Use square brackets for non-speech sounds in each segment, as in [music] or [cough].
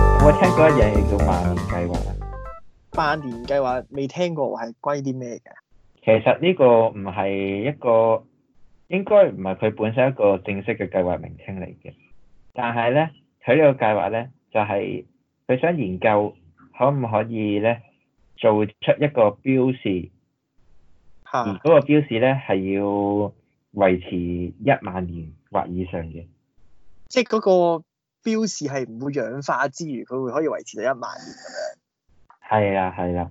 該有嘢叫萬年計劃啊。萬年計劃未聽過係關於啲咩嘅？其實呢個唔係一個，應該唔係佢本身一個正式嘅計劃名稱嚟嘅。但係咧，佢呢個計劃咧就係、佢想研究可唔可以咧做出一個標示，而嚇嗰個標示咧係要維持一萬年或以上嘅。即係嗰個標示係唔會氧化之餘，佢會可以維持到一萬年。係啦，係啦，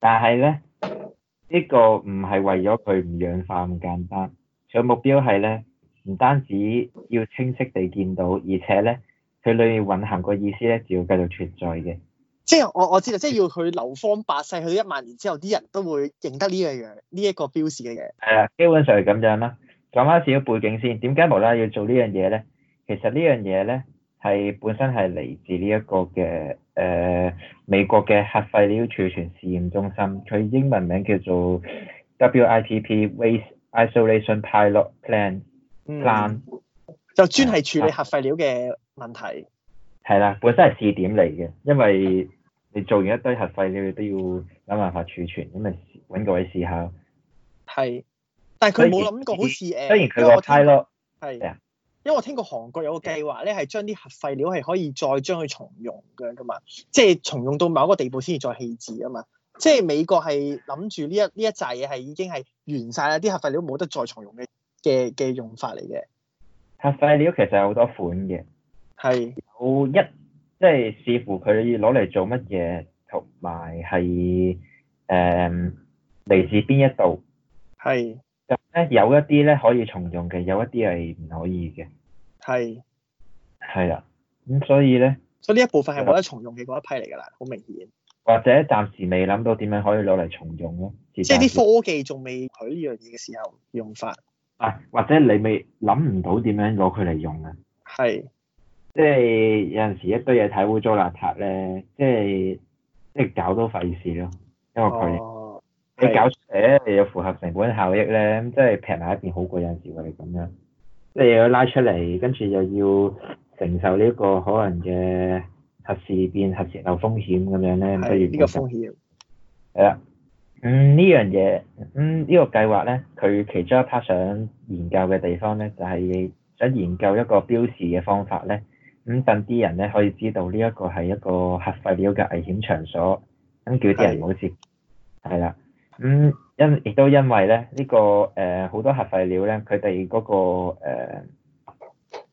但係咧，呢、個唔係為咗佢唔氧化咁簡單，佢目標係咧，唔單止要清晰地見到，而且咧，佢裏面隱含個意思咧，就要繼續存在嘅。即係我我知道，即係要佢流芳百世，去到一萬年之後，啲人都會認得呢樣樣呢一個標示嘅嘢。係啦，基本上係咁樣啦。講翻少少背景先，點解無啦啦要做呢樣嘢咧？其實呢樣嘢咧係本身係嚟自呢一個嘅誒、呃美國嘅核廢料儲存試驗中心，佢英文名叫做 WITP Waste Isolation Pilot Plan 嗯 Plan 就專係處理核廢料嘅問題。係啦，本身係試點嚟嘅，因為你做完一堆核廢料，你都要諗辦法儲存，咁咪揾個位試下。係，但係佢冇諗過好似誒，呃雖然佢因為個我聽 pilot 係係啊，因為我聽過韓國有個計劃咧，係將啲核廢料係可以再將佢重用咁樣噶嘛，即係重用到某一個地步先至再棄置啊嘛。即係美國係諗住呢一呢一紮嘢係已經係完晒啦，啲核廢料冇得再重用嘅嘅嘅用法嚟嘅。核廢料其實有好多款嘅。係有一即係視乎佢攞嚟做乜嘢，同埋係誒嚟自邊一度。係咁咧有一啲咧可以重用嘅，有一啲係唔可以嘅，係，係啦。咁所以咧，所以呢一部分係冇得重用嘅嗰一批嚟㗎啦，好明顯。或者暫時未諗到點樣可以攞嚟重用咯。即即係啲科技仲未許呢樣嘢嘅時候用法啊，或者你未諗唔到點樣攞佢嚟用啊？係即係有陣時一堆嘢睇污糟邋遢咧，即係即係搞都費事咯，因為佢。哦。你係搞出嚟咧，你又符合成本效益咧，咁即係平埋一邊好過有陣時我哋咁樣，即係又要拉出嚟，跟住又要承受呢一個可能嘅核事變、核泄漏風險咁樣咧，不如係呢個冇咁風險係啦。嗯，呢樣嘢，嗯，呢、個計劃咧，佢其中一 part 想研究嘅地方咧，就係、想研究一個標示嘅方法咧，咁等啲人咧可以知道呢一個係一個核廢料嘅危險場所，咁叫啲人唔好接。係啦，咁、因亦都因為咧，呢、個誒好、多核廢料咧，佢哋嗰個誒、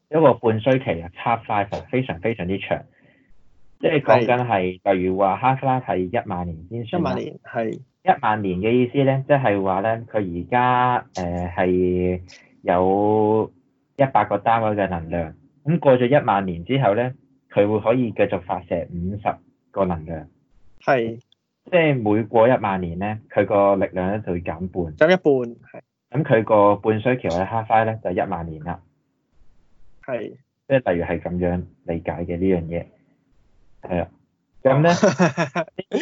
一個半衰期啊 h a l f 非常非常之長，即係講緊係例如話 h a l f 係一萬年先一算啦萬年係一萬年嘅意思咧，即係話咧，佢而家誒係有一百個單位嘅能量，咁過咗一萬年之後咧，佢會可以繼續發射五十個能量，嗯係即係每過一萬年咧，佢個力量咧就會減半，咁一半係咁佢個半衰期或者 half life 咧就一萬年啦，係即係例如係咁樣理解嘅呢樣嘢，係啊，咁咧。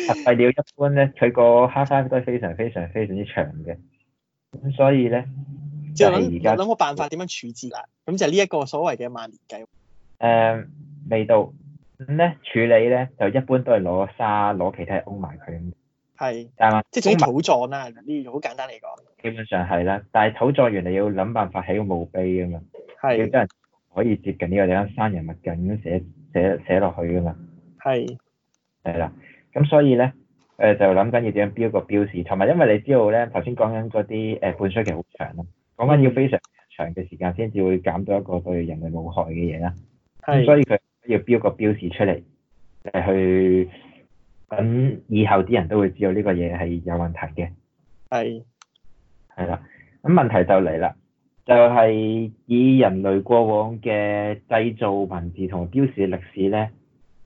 核廢料一般咧，佢個 half life 都係非常非常非常之長嘅，咁所以咧， [laughs] 即就係係而家諗諗個辦法點樣處置啦。咁就係呢一個所謂嘅萬年計劃誒味道咁咧處理咧就一般都係攞沙攞其他嘢擁埋佢，係但係即係總之擁埋土葬啦。呢好簡單嚟講基本上係啦，但係土葬完你要諗辦法起個墓碑啊嘛，要真係人可以接近呢個地方生人勿近咁寫寫寫落去噶嘛，係係啦，咁所以咧。誒、就諗緊要點樣標個標示，同埋因為你知道咧，頭先講緊嗰啲誒半衰期好長啦，講緊要非常長嘅時間先至會減到一個對人類冇害嘅嘢啦。咁所係以佢要標個標示出嚟，係去等以後啲人都會知道呢個嘢係有問題嘅，係係啦。咁問題就嚟啦，就係、以人類過往嘅製造文字同標示歷史咧，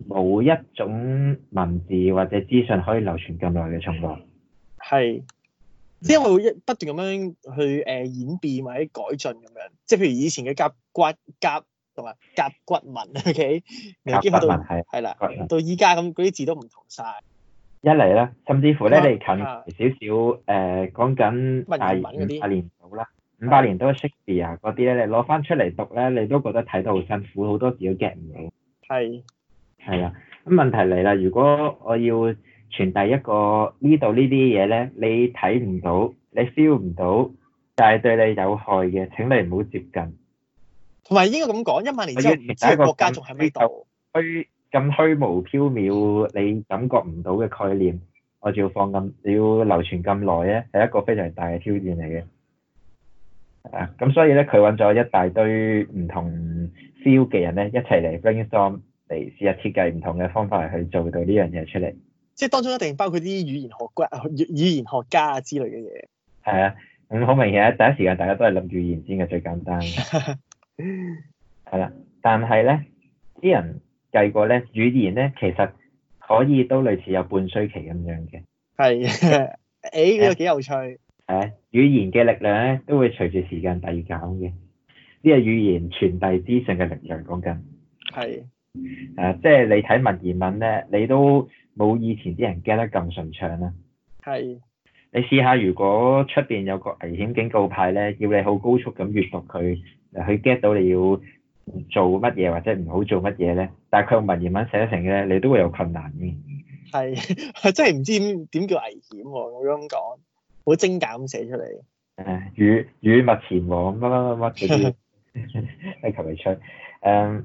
冇一種文字或者資訊可以流傳咁耐嘅，從來。係。即係因為會一不斷咁樣去誒演變或者改進咁樣，即係譬如以前嘅甲骨甲同埋甲骨文，OK，你已經去甲骨文到係啊係啦甲骨文，到依家咁嗰啲字都唔同晒，一嚟啦，甚至乎咧，啊你近少啊少誒講緊文大言文嗰啲五百年到啦，五百年到 Shakespeare 嗰啲咧，你攞翻出嚟讀咧，你都覺得睇到好辛苦，好多字都 get 唔係到，係啦。咁問題嚟啦，如果我要傳遞一個呢度呢啲嘢咧，你睇唔到，你 feel 唔到，但係對你有害嘅，請你唔好接近。同埋應該咁講，一萬年之後我要唔明知白一個個國家仲喺咪度。虛咁虛無縹緲，你感覺唔到嘅概念，我仲要放咁，你要流傳咁耐咧，係一個非常大嘅挑戰嚟嘅。係啊，咁所以咧，佢揾咗一大堆唔同 feel 嘅人咧，一齊嚟 brainstorm 嚟試下設計唔同嘅方法去做到呢樣嘢出嚟。即係當中一定包括啲語言學家、語語言學家啊之類嘅嘢。係啊，咁好明顯咧，第一時間大家都係諗住言先嘅，最簡單嘅。 [laughs] 係啦，但係咧，啲人計過咧，語言咧其實可以都類似有半衰期咁樣嘅。係， [laughs] 誒呢個幾有趣。係啊，語言嘅力量咧都會隨住時間遞減嘅。呢個語言傳遞資訊嘅力量講緊，係誒，即係你睇文言文咧，你都冇以前啲人 get 得咁順暢啦。係你試下，如果出邊有個危險警告牌咧，要你好高速咁閲讀佢，佢 get 到你要做乜嘢或者唔好做乜嘢咧，但係佢用文言文寫成嘅咧，你都會有困難嘅。係， [laughs] 真係唔知點點叫危險喎、我咁講，好精簡咁寫出嚟。誒、與與物前往乜乜乜乜嗰 [laughs] 啲，你求其吹。誒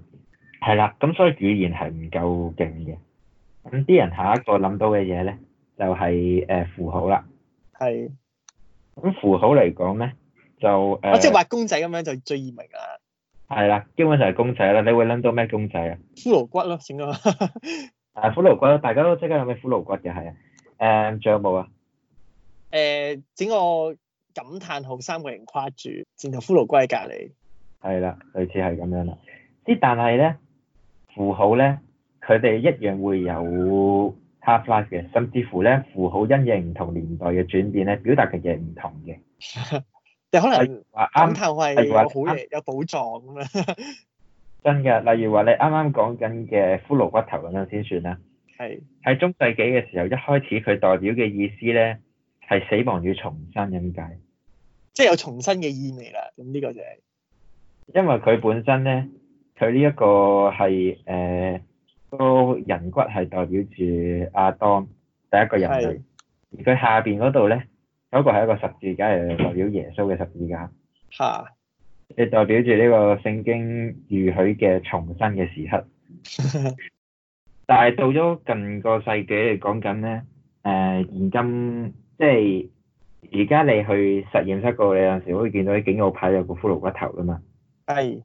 係啦，咁所以語言係唔夠勁嘅。咁啲人下一個諗到嘅嘢咧，就係、誒、符號啦。係，咁符號嚟講咧，就誒。我啊即係畫公仔咁樣就最易明啦。係啦，基本上係公仔啦。你會諗到咩公仔啊？骷髏骨咯，整個 [laughs] 啊，骷髏骨，大家都即刻諗起骷髏骨嘅係啊。誒，仲有冇啊？誒，整個感嘆號三個人跨住，然後骷髏骨喺隔離。係啦，類似係咁樣啦。之但係咧，符號咧，佢哋一樣會有 half life 嘅，甚至乎咧，符號因應唔同年代嘅轉變咧，表達嘅嘢唔同嘅。但可能話感啱嘆號係例有如話好嘢，有寶藏咁樣。 [laughs] 真嘅，例如話你啱啱講緊嘅骷髏骨頭咁樣先算啦。係喺中世紀嘅時候，一開始佢代表嘅意思咧係死亡與重生咁解。即係有重新嘅意味啦。咁呢個就係因為佢本身咧，佢呢一個係誒、呃個人骨係代表住亞當第一個人類，而佢下邊嗰度咧，嗰、個係一個十字架，係代表耶穌嘅十字架，嚇亦代表住呢個聖經預許嘅重生嘅時刻。但係到咗近個世紀嚟講緊咧，誒、現今即係而家你去實驗室嗰度，你有陣時會見到啲警告牌有個骷髏骨頭噶嘛。係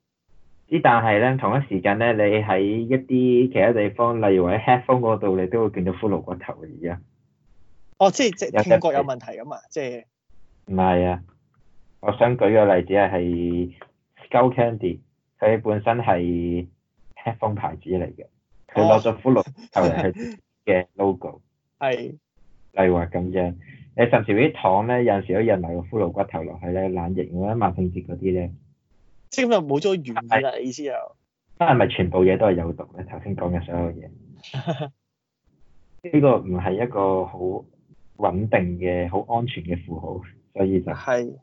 之但係咧，同一時間咧，你喺一啲其他地方，例如話喺 headphone 嗰度，你都會見到骷髏骨頭嘅而家。哦，即係即有係隻聽覺有問題咁啊！即係唔係啊，我想舉個例子係係 Skull Candy，佢本身係 headphone 牌子嚟嘅，佢攞咗骷髏骨頭嚟去嘅 logo，係例如話咁樣。你甚至乎啲糖咧，有陣時都印埋個骷髏骨頭落去咧，懶型咁樣萬聖節嗰啲咧，即係咁就冇咗原意啦。意思就真係咪全部嘢都係有毒咧？頭先講嘅所有 [laughs] 嘢。呢個唔係一個好穩定嘅、好安全嘅符號，所以就係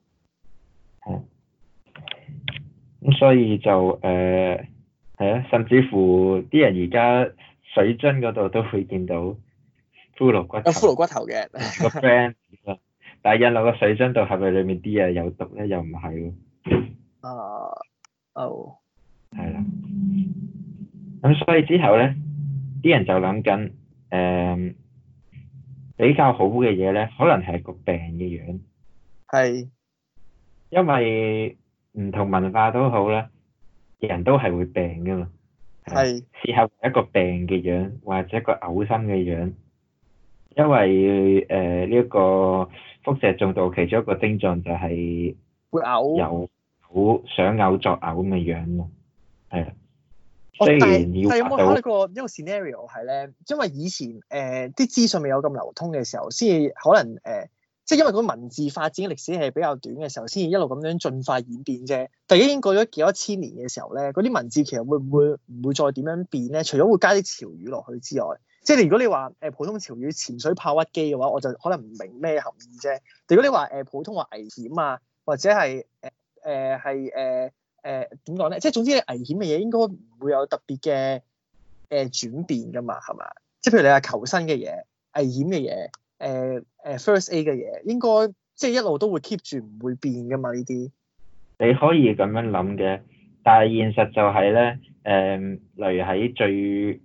咁，所以就誒係啊，甚至乎啲人而家水樽嗰度都會見到骷髏骨有骷髏頭骨頭嘅，個 brand，但係印落個水樽度係咪裡面啲嘢有毒咧？又唔係喎，啊哦係啦。咁所以之後咧，啲人就諗緊誒比較好嘅嘢咧，可能係個病嘅樣。係因為唔同文化都好啦，人都係會病噶嘛。係試下一個病嘅樣，或者一個嘔心嘅樣，因為誒呢一個輻射中毒其中一個症狀就係會嘔。有好想嘔作嘔咁嘅樣咯，係啦。哦雖但係然要但係有冇畫考慮到過一個 scenario 係咧？因為以前呃誒啲、資訊未有咁流通嘅時候，先至可能誒、呃即係因為個文字發展嘅歷史係比較短嘅時候，先至一路咁樣進化演變啫。但係已經過咗幾多千年嘅時候咧，嗰啲文字其實會唔會唔會再點樣變咧？除咗會加啲潮語落去之外，即係如果你話誒、呃普通潮語潛水炮屈機嘅話，我就可能唔明咩含義啫。如果你話誒、呃普通話危險啊，或者係呃誒呃誒係誒。呃誒點講咧？即係總之你危險嘅嘢應該唔會有特別嘅誒轉變噶嘛，係嘛？即係譬如你話求生嘅嘢、危險嘅嘢、誒、誒、first aid 嘅嘢，應該即係一路都會 keep 住唔會變噶嘛呢啲。你可以咁樣諗嘅，但係現實就係咧，誒、例如喺最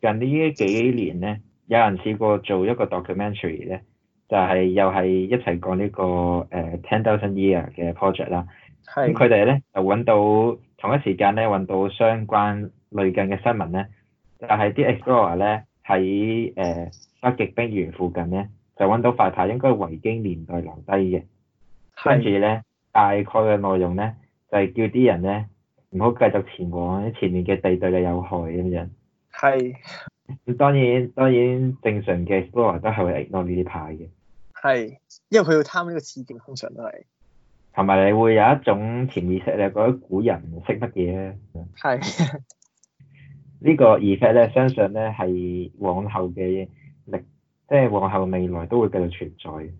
近呢幾年咧，有人試過做一個 documentary 咧，就係、又係一齊講呢、個誒 Ten Thousand Year 嘅 project 啦。咁係佢哋咧就揾到同一時間咧揾到相關類近嘅新聞咧，就係、啲 explorer 咧喺誒北極冰原附近咧就揾到塊牌，應該係維京年代留低嘅。跟住係咧，大概嘅內容咧就係、叫啲人咧唔好繼續前往，前面嘅地對你有害咁樣。係咁當然當然正常嘅 explorer 都係會 ignore 呢啲牌嘅，係，因為佢要貪呢個刺激，通常都係同埋你會有一種潛意識，你覺得古人識乜嘢咧？係呢個 effect 咧，相信咧係往後嘅歷，即係往後未來都會繼續存在嘅。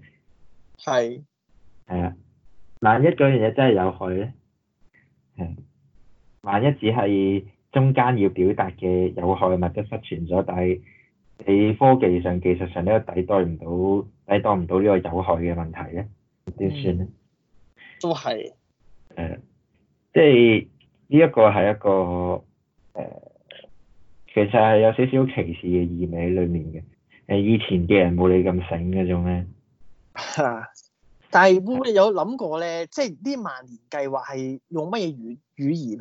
係係啊，萬一嗰樣嘢真係有害咧，係啊萬一只係中間要表達嘅有害物質失傳咗，但係你科技上、技術上都抵代唔到、抵擋唔到呢個有害嘅問題咧，點算咧？都係即係呢一個係一個誒、呃其實係有少少歧視嘅意味喺裡面嘅。誒，以前嘅人冇你咁醒嗰種咧，嚇。 [laughs] 但係會唔會有諗過咧？即係呢萬年計劃係用乜嘢語語言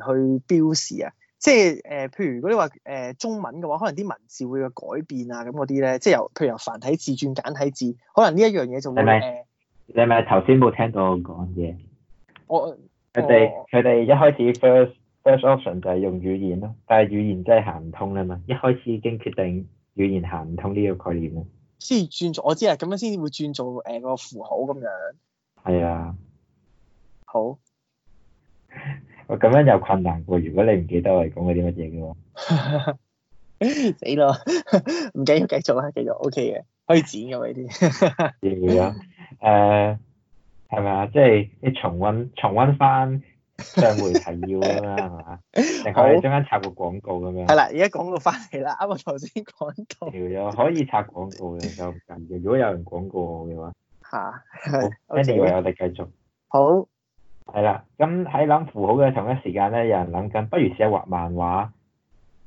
去標示啊？即係誒、呃譬如如果你話誒、呃中文嘅話，可能啲文字會有改變啊，咁嗰啲咧，即係由譬如由繁體字轉簡體字，可能呢一樣嘢就係會誒、咪呃你係咪頭先冇聽到我講嘢？我佢哋哦佢哋一開始 first first option 就係用語言咯，但係語言真係行唔通啦啊嘛，一開始已經決定語言行唔通呢個概念啊啦。先轉做，我知啊，咁樣先會轉做誒個符號咁樣。係啊，好， [laughs] 我咁樣有困難過。如果你唔記得我哋講過啲乜嘢嘅話，死咯， [laughs] 唔緊要，繼續啦，繼續，OK 嘅，可以剪嘅喎呢啲。要 [laughs] 啊，誒係咪啊？即係你重温重温翻上回提要咁啦，係 [laughs] 嘛？定係你中間插個廣告咁樣係？啦，而家講到翻嚟啦，啱啱頭先講到 [laughs] 條友可以插廣告嘅，就唔緊要。如果有人廣告我嘅話，嚇好 anyway ，OK，我哋繼續。好係啦，咁喺諗符號嘅同一時間咧，有人諗緊，不如試下畫漫畫。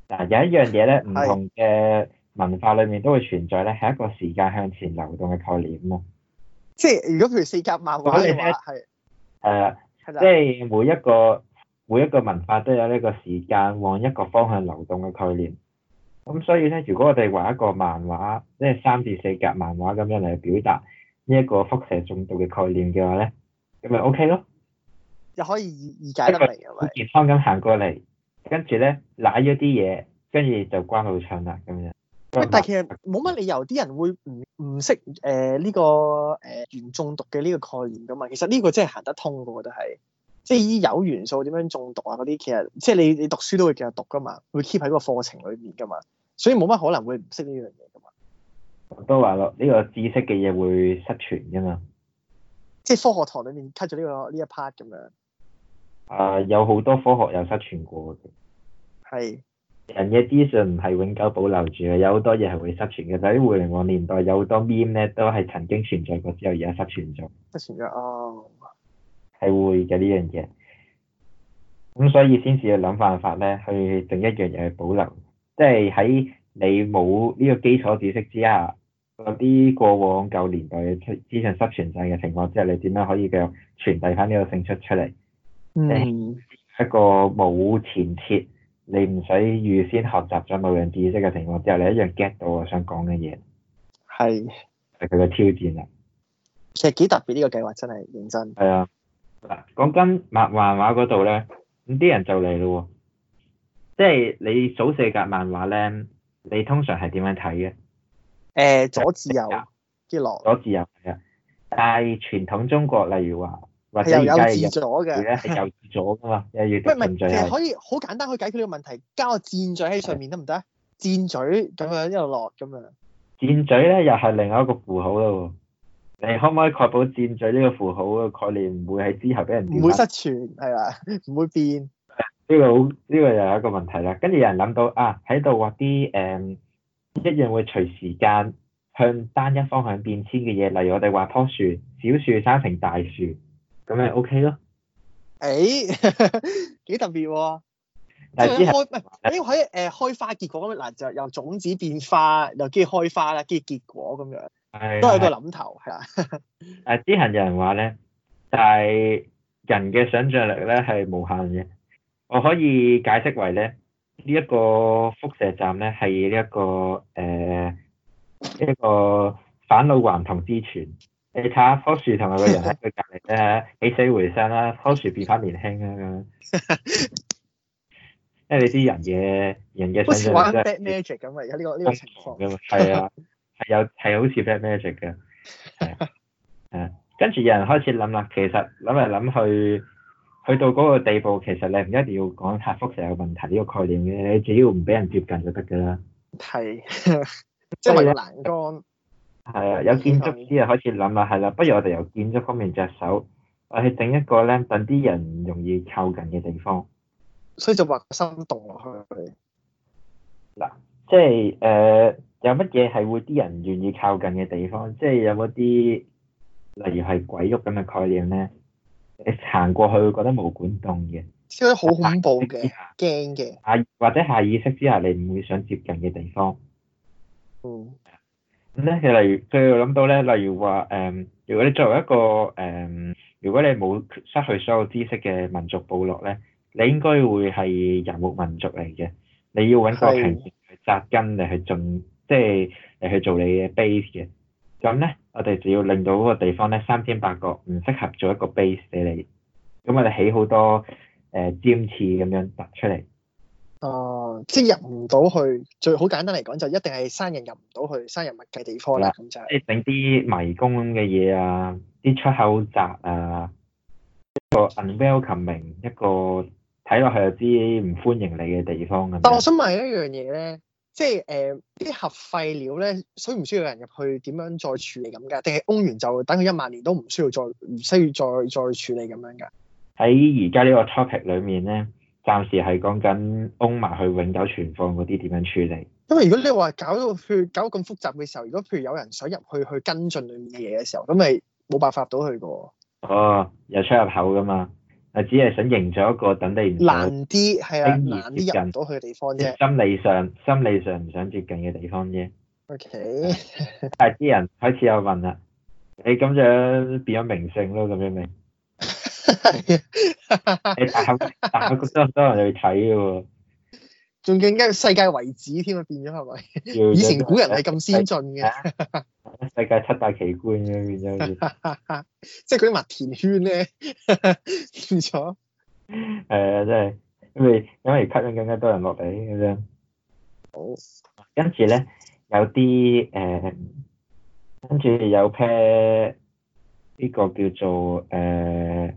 嗱，有一樣嘢咧，唔係同嘅文化裏面都會存在咧，係一個時間向前流動嘅概念啊嘛。即係如果譬如四格漫畫嘅話，係係啦，係即啦，係每一個每一個文化都有呢個時間往一個方向流動嘅概念。咁所以咧，如果我哋畫一個漫畫，即係三至四格漫畫咁樣嚟表達呢一個輻射中毒嘅概念嘅話咧，咁咪 OK 咯。又可以易易解得嚟嘅好咪？健康咁行過嚟，跟住咧舐咗啲嘢，跟住就關老襯啦咁樣。喂但係其實冇乜理由啲人會唔唔識誒呢個誒鉛中毒嘅呢個概念噶嘛。其實呢個真係行得通嘅喎，我覺得係。即係依有元素點樣中毒啊嗰啲，其實即係你你讀書都會繼續讀噶嘛，會 keep 喺個課程裏面噶嘛，所以冇乜可能會唔識呢樣嘢噶嘛。我都話咯，呢、個知識嘅嘢會失傳噶嘛。即係科學堂裏面 cut 咗呢個呢一 part 咁樣，啊、有好多科學有失傳過嘅，係人嘅資訊唔係永久保留住嘅，有好多嘢係會失傳嘅。就喺互聯網年代，有好多 meme 咧都係曾經存在過，之後而家失傳咗，失傳咗哦。係會嘅呢樣嘢。咁所以先至要諗辦法咧，去整一樣嘢去保留，即係喺你冇呢個基礎知識之下，嗰啲過往舊年代嘅資資訊失傳晒嘅情況之下，你點樣可以繼續傳遞翻呢個性質出嚟？嗯，一個冇前設，你唔使預先學習咗某樣知識嘅情況之下，你一樣 get 到我想講嘅嘢，係，係佢嘅挑戰啦。其實幾特別呢個計劃真係認真。係啊，嗱，講緊漫漫畫嗰度咧，咁啲人就嚟咯喎，即係你數四格漫畫咧，你通常係點樣睇嘅？誒左至右，跟住落左至右係啊，但係傳統中國例如話或者係又而家嘅有至日左嘅本。咧係右至左噶 [laughs] 嘛，又要唔係唔順序係，其實係可以好簡單去解決呢個問題，加個箭嘴喺上面得唔得？箭嘴咁樣一路落咁樣，啊箭嘴咧又係另外一個符號咯喎。你可唔可以確保箭嘴呢個符號嘅概念唔會喺之後俾人唔調會翻 [laughs] 失傳係啦，唔會變呢個好，呢個又有一個問題啦。跟住有人諗到啊，喺度畫啲誒一樣會隨時間向單一方向變遷嘅嘢，例如我哋畫棵樹，小樹生成大樹，咁咪 OK 咯。誒 [laughs] 幾特別喎！即但係係之後開唔係呢個喺誒開花結果咁樣嗱，就由種子變花，又跟住開花啦，跟住結果咁樣，係都係個係啊諗頭係啦。但係之後有人話咧，就係人嘅想像力咧係無限嘅。我可以解釋為咧，呢、一個輻射站咧係呢一個誒、呃一個返老還童之泉。你睇下棵樹同埋個人喺佢隔離咧，起死回生啦，棵樹變翻年輕啦咁樣。因為你知人嘅人嘅好想似像玩力真 Bad 係 Magic 咁啊！而家呢個呢個瘋情狂況㗎嘛，嗯係啊， [laughs] 係有係好似 Bad Magic 嘅，係啊，跟住有人開始諗啦，其實諗嚟諗去，去到嗰個地步，其實你唔一定要講核輻射嘅問題呢個概念嘅，你只要唔俾人接近就得㗎啦。係， [laughs] 即啊係圍個欄杆。係啊，有建築師啊開始諗啦，係啦，不如我哋由建築方面着手，我去整一個咧，等啲人唔容易靠近嘅地方。所以就畫個心動落去，即係誒、呃有乜嘢係會啲人願意靠近嘅地方？即係有冇啲例如係鬼屋咁嘅概念咧？你行過去會覺得毛管凍嘅，即係好恐怖之嘅， [laughs] 下驚嘅，下或者下意識之下你唔會想接近嘅地方。嗯，咁咧，佢例如佢又諗到咧，例如話誒、如果你作為一個誒、如果你冇失去所有知識嘅民族部落咧，你應該會係遊牧民族嚟嘅。你要揾個係平原去扎根嚟去進，即係嚟去做你嘅 base 嘅。咁咧，我哋就要令到嗰個地方咧三尖八角唔適合做一個 base 俾你。咁我哋起好多誒、尖刺咁樣突出嚟。哦，即係入唔到去，最好簡單嚟講就一定係山人入唔到去山人密嘅地方啦，咁就係即係整啲迷宮咁嘅嘢啊，啲出口窄啊，一個 unwelcoming，一個睇落去就知唔歡迎你嘅地方咁但我樣。想問一樣嘢咧，即係誒啲核廢料咧，需唔需要有人入去點樣再處理咁㗎？定係空完就等佢一萬年都唔需要再唔需要再再處理咁樣㗎？喺而家呢個 topic 裡面咧，暫時係講緊翁埋去永久存放嗰啲點樣處理。因為如果你話搞到佢搞到咁複雜嘅時候，如果譬如有人想入去去跟進裡面嘅嘢嘅時候，咁咪冇辦法入到去㗎喎，哦，有出入口噶嘛？我只係想營造一個等你唔想，難啲嗯係啊，輕易難接啲入近唔到去嘅地方即啫。係心理上心理上唔想接近嘅地方啫。 OK，但係啲人開始有問啦，你咁樣變咗名勝咯，咁樣咪？啊你大口大口都好多人去睇嘅喎。 [laughs] 仲更加世界遺址添啊，變咗係咪？要以前古人係咁先進嘅。世界七大奇觀咁變咗好似， [laughs] 即係嗰啲麥田圈咧， [laughs] 變咗係啊真係，因為因為吸引更加多人落嚟咁樣。好，跟住咧有啲誒、跟住有 pair 呢個叫做誒，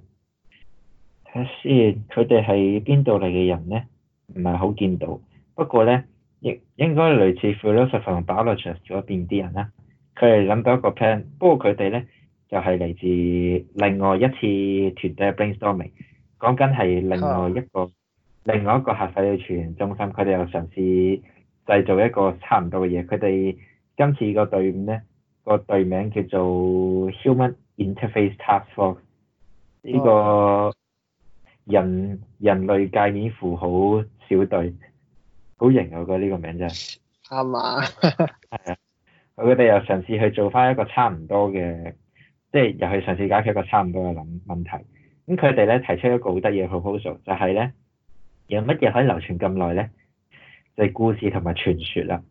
睇、下先，佢哋係邊度嚟嘅人咧？唔係好見到，不過咧亦應該類似 philosopher 同 biologist 嗰邊啲人啦。佢哋諗到一個 plan，不過佢哋咧就係、嚟自另外一次團隊嘅 brainstorming，講緊係另外一個、另外一個核廢料儲存中心，佢哋又嘗試製造一個差唔多嘅嘢。佢哋今次個隊伍咧個隊名叫做 Human Interface Task Force，呢個人人類界面符號小隊，好型啊！我覺得呢個名真係。係嘛？佢哋又嘗試去做翻一個差唔多嘅，即係又去嘗試解決一個差唔多嘅諗問題。咁佢哋咧提出一個好得意嘅 proposal，就係咧有乜嘢可以流傳咁耐咧？就係、故事同埋傳說啦。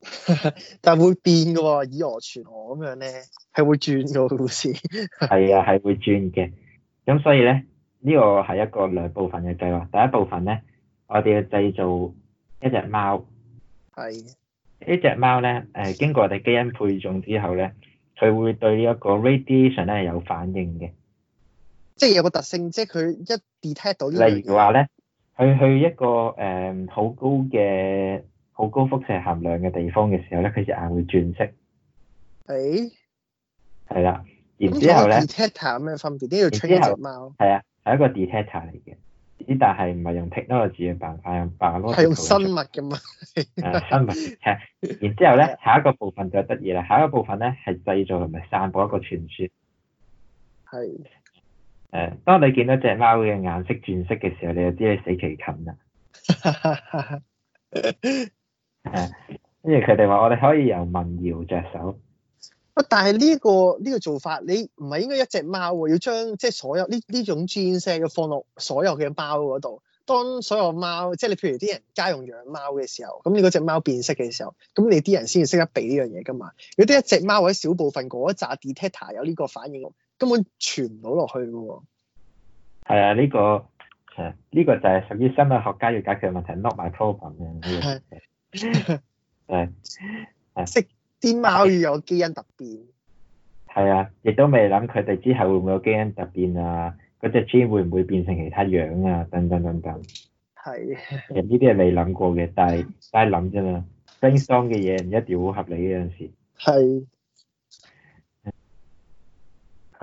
[laughs] 但係會變嘅喎，以訛傳訛咁樣咧，係會轉嘅喎故事。係啊，係會轉嘅。咁所以咧，呢個係一個兩部分嘅計劃。第一部分咧，我哋要製造一隻貓。係呢只貓咧，誒、經過我哋基因配種之後咧，佢會對呢一個 radiation 咧有反應嘅。即係有個特性，即係佢一 detect 到呢樣例如嘢，話咧，佢去一個誒好、高嘅好高輻射含量嘅地方嘅時候咧，佢隻眼會轉色，誒係啦。然咁之後咧， detector 有咩分別？呢度之後 train 一隻貓，係啊，係一個 detector 嚟嘅。咦，但係唔係用 technology 嘅辦法，用 biological 係用生嘅物嘅嘛， [laughs] 誒啊生物嘅然之後咧，下一個部分就得意啦。下一個部分咧係製造同埋散播一個傳說。係 [laughs] [laughs] 誒、當你見到只貓嘅顏色轉色嘅時候，你就知你死期近啦。跟住佢哋話：我哋可以由民謠着手。不，啊但係呢、個呢、個做法，你唔係應該一隻貓喎，要將即係所有呢呢種 genes 要放落所有嘅貓嗰度。當所有貓，即係你譬如啲人家用養貓嘅時候，咁你嗰只貓變色嘅時候，咁你啲人先至識得避呢樣嘢㗎嘛。如果得一隻貓或者少部分嗰一紮 detector 有呢個反應，根本傳唔到落去㗎喎。係啊，呢、個誒呢、個就係屬於生物學家要解決嘅問題，not my problem 嘅呢個係誒啲貓要有基因突變，係啊，亦都未諗佢哋之後會唔會有基因突變啊？嗰只 gene 會唔會變成其他樣啊？等等等等。係其實呢啲係未諗過嘅，但係但係諗啫嘛。brainstorm 嘅嘢唔一定要好合理嘅有陣時。係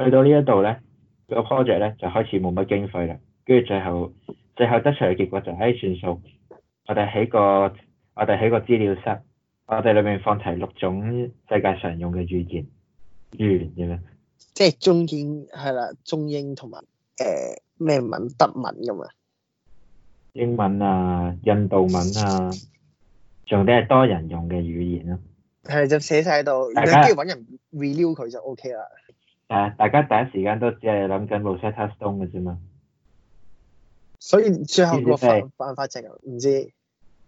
去到呢一度咧，個 project 咧就開始冇乜經費啦。跟住最後最後得出嚟嘅結果就係、唉算數，我哋喺個我哋喺個資料室，我哋裏面放齊六種世界常用嘅語言，語言咁樣。即係中英係啦，中英同埋誒咩文德文咁啊。英文啊、印度文啊，仲啲係多人用嘅語言咯、係就寫晒喺度，大然家後跟住揾人 renew 佢就 OK 啦。但係大家第一時間都只係諗緊 Rosetta Stone 嘅啫嘛。所以最後知唔個知咩辦辦法就係唔知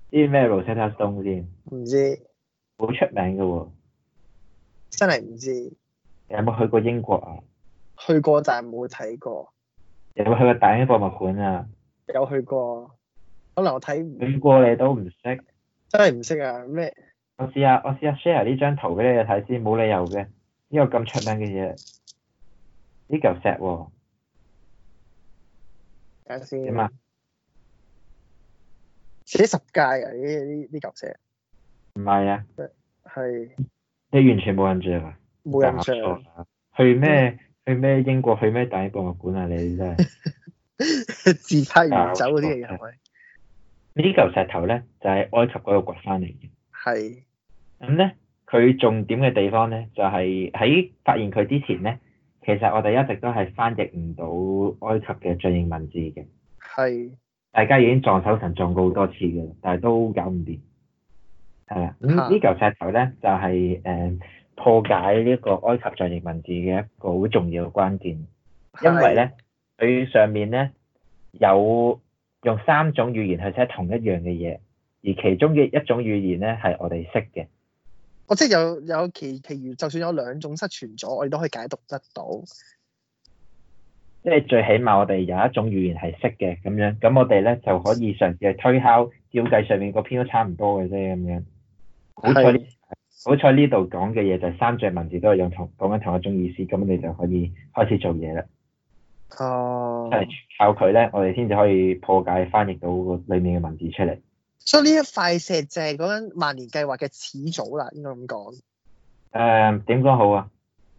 啲咩 Rosetta Stone 先？唔知，好出名嘅喎、真係唔知。有冇去過英國啊？去過但係冇睇過，有冇去過大英博物館啊？有去過，可能我睇唔去過你都唔識。真係唔識啊咩？我試下，我試下 share 呢張圖俾你哋睇先，冇理由嘅。呢個咁出名嘅嘢，呢嚿石喎、睇下先。點啊？寫十屆啊！呢呢呢嚿寫唔係啊，係你完全冇印象啊，冇印搞象，錯啊去咩？去咩英國？去咩大英博物館啊？你真 [laughs] 係 [laughs] 自拍完走嗰啲啊嘢係咪？呢嚿石頭咧，就係、埃及嗰度掘翻嚟嘅。係咁咧，佢重點嘅地方咧，就係、喺發現佢之前咧，其實我哋一直都係翻譯唔到埃及嘅象形文字嘅。係大家已經撞手神撞過好多次嘅啦，但係都搞唔掂。係啦，咁嚇呢嚿石頭咧就係、誒、破解呢個埃及象形文字嘅一個好重要嘅關鍵，因為咧佢上面咧有用三種語言去寫同一樣嘅嘢，而其中嘅一種語言咧係我哋識嘅。我即係有有其其餘，就算有兩種失傳咗，我哋都可以解讀得到。即係最起碼我哋有一種語言係識嘅咁樣，咁我哋咧就可以嘗試去推敲，照計上面個篇都差唔多嘅啫咁樣。好彩呢係好彩呢度講嘅嘢就係三隻文字都係用同講緊同一種意思，咁你就可以開始做嘢啦。哦因。為靠佢咧，我哋先至可以破解翻譯到個裡面嘅文字出嚟。所以呢一塊石就係講緊萬年計劃嘅始祖啦，應該咁講。誒點講好啊？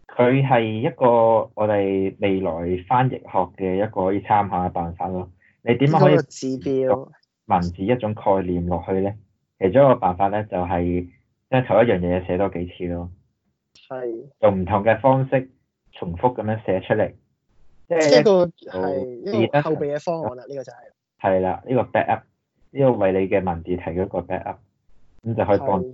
佢係一個我哋未來翻譯學嘅一個可以參考嘅辦法咯。你點樣可嗰以個指標文字一種概念落去咧？其中一個辦法咧就係將同一樣嘢寫多幾次咯。係用唔同嘅方式重複咁樣寫出嚟，即即係係一個係一個後備嘅方案啦，呢個就係係啦，呢、個 back up 呢個為你嘅文字提供一個 back up，咁就可以幫。係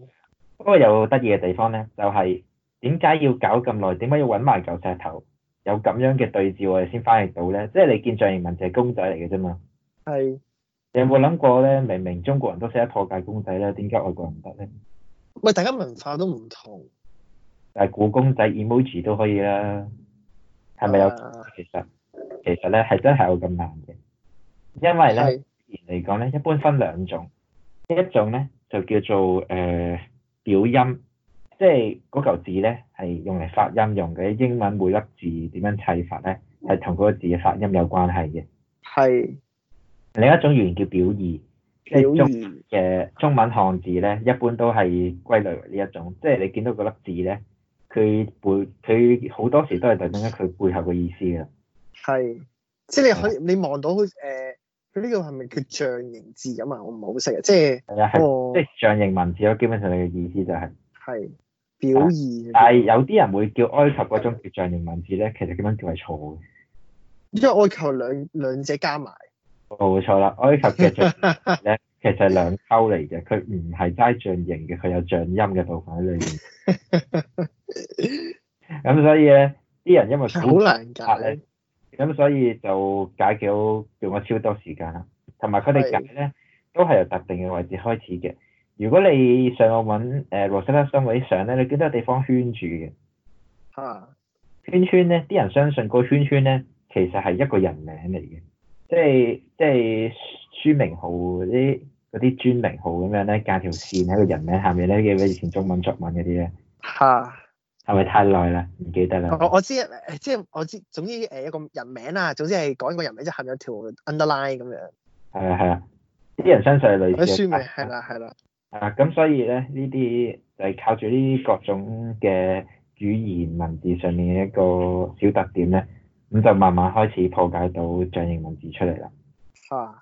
不過有得意嘅地方咧，就係點解要搞咁耐？點解要揾埋嚿石頭？有咁樣嘅對照，我哋先翻譯到咧。即係你見象形文字係公仔嚟嘅啫嘛。係你有冇諗過咧？明明中國人都識得破解公仔咧，點解外國人唔得咧？喂，大家文化都唔同，但係古公仔 emoji 都可以啦，係咪有啊其實其實咧係真係有咁難嘅，因為咧係語言嚟講咧，一般分兩種，一種咧就叫做誒、呃表音，即係嗰嚿字咧係用嚟發音用嘅，英文每粒字點樣砌法咧係同嗰個字嘅發音有關係嘅。係另一種語言叫表意，即表係中現嘅中文漢字咧，一般都係歸類為呢一種，即係你見到嗰粒字咧，佢背佢好多時都係代表緊佢背後嘅意思嘅。係，即係你可以你望到誒佢呢個係咪叫象形字咁啊？我唔係好識啊，即係係啊，係哦即，係象形文字咯。基本上你嘅意思就係、係表意，但係有啲人會叫埃及嗰種叫象形文字咧，其實咁樣叫係錯嘅。因為我求兩兩者加埋，冇錯啦，埃及嘅象形文字咧，其實係兩溝嚟嘅，佢唔係齋象形嘅，佢有象音嘅部分喺裏面。咁所以咧，啲人因為好難解咧。咁所以就解幾好用咗超多時間啦。同埋佢哋解咧，都係由特定嘅位置開始嘅。如果你上網呃揾誒 Rosetta Stone 嗰啲相咧，你見到有地方圈住嘅嚇。圈圈咧，啲人相信個圈圈咧其實係一個人名嚟嘅，即係即係書名號嗰啲嗰啲專名號咁樣咧，間條線喺個人名下面咧，記唔記得以前中文作文嗰啲咧？嚇！係咪太耐啦？唔記得啦。我我知誒，即係我知，總之誒一個人名啦，總之係講一個人名，即係下面有條 underline 咁樣，係啊係啊，啲人相信係類嗰啲似嘅書名係啦係啦，啊，咁所以咧，呢啲就係靠住呢啲各種嘅語言文字上面嘅一個小特點咧，咁就慢慢開始破解到象形文字出嚟啦。啊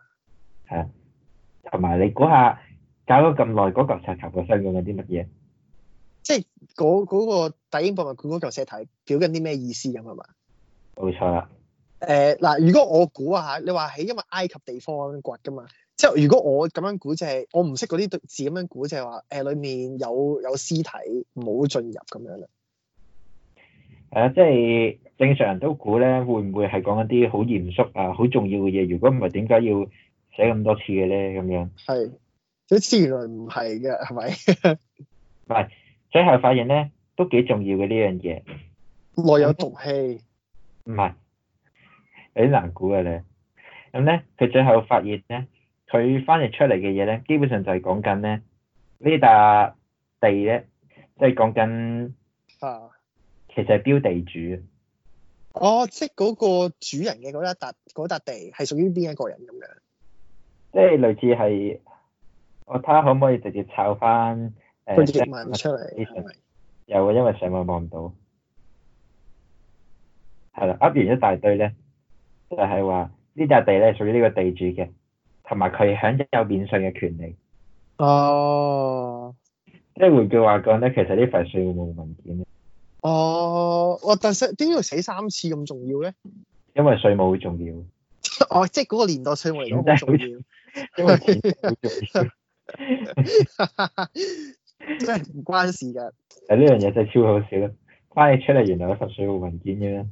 嚇！同埋你估下，搞咗咁耐嗰嚿石頭個身用緊啲乜嘢？嗰嗰個大英博物館嗰嚿石體表緊啲咩意思咁係嘛？冇錯啦，誒嗱，如果我估啊嚇，你話喺因為埃及地方掘噶嘛，即係如果我咁樣估就係、我唔識嗰啲字咁樣估就係話誒裡面有有屍體，唔好進入咁樣啦。係啊，即係正常人都估咧，會唔會係講緊啲好嚴肅啊、好重要嘅嘢？如果唔係，點解要寫咁多次嘅咧？咁樣？係，好似原來唔係嘅，係咪？最後發現咧，都幾重要嘅呢樣嘢，內有毒氣，唔嗯係有啲難估嘅咧。咁咧，佢最後發現咧，佢翻譯出嚟嘅嘢咧，基本上就係講緊咧呢笪地咧，即係講緊嚇、其實係標地主。哦，即係嗰個主人嘅嗰一笪嗰笪地係屬於邊一個人咁樣？即係類似係，我睇下可唔可以直接抄翻佢誒譯文出嚟係咪？有啊嘅，因為上網望唔到。係啦，噏完一大堆咧，就係話呢笪地咧屬於呢個地主嘅，同埋佢享有免稅嘅權利。哦，即係換句話講咧，其實呢份稅務文件呢，哦，哇！但係點解要寫三次咁重要咧？因為稅務好重要，哦，即係嗰個年代稅務嚟講好重要。 [laughs] 因為錢好重要。真係唔關事㗎。誒呢樣嘢真係超好笑啦！翻譯出嚟原來有份稅務文件嘅咩？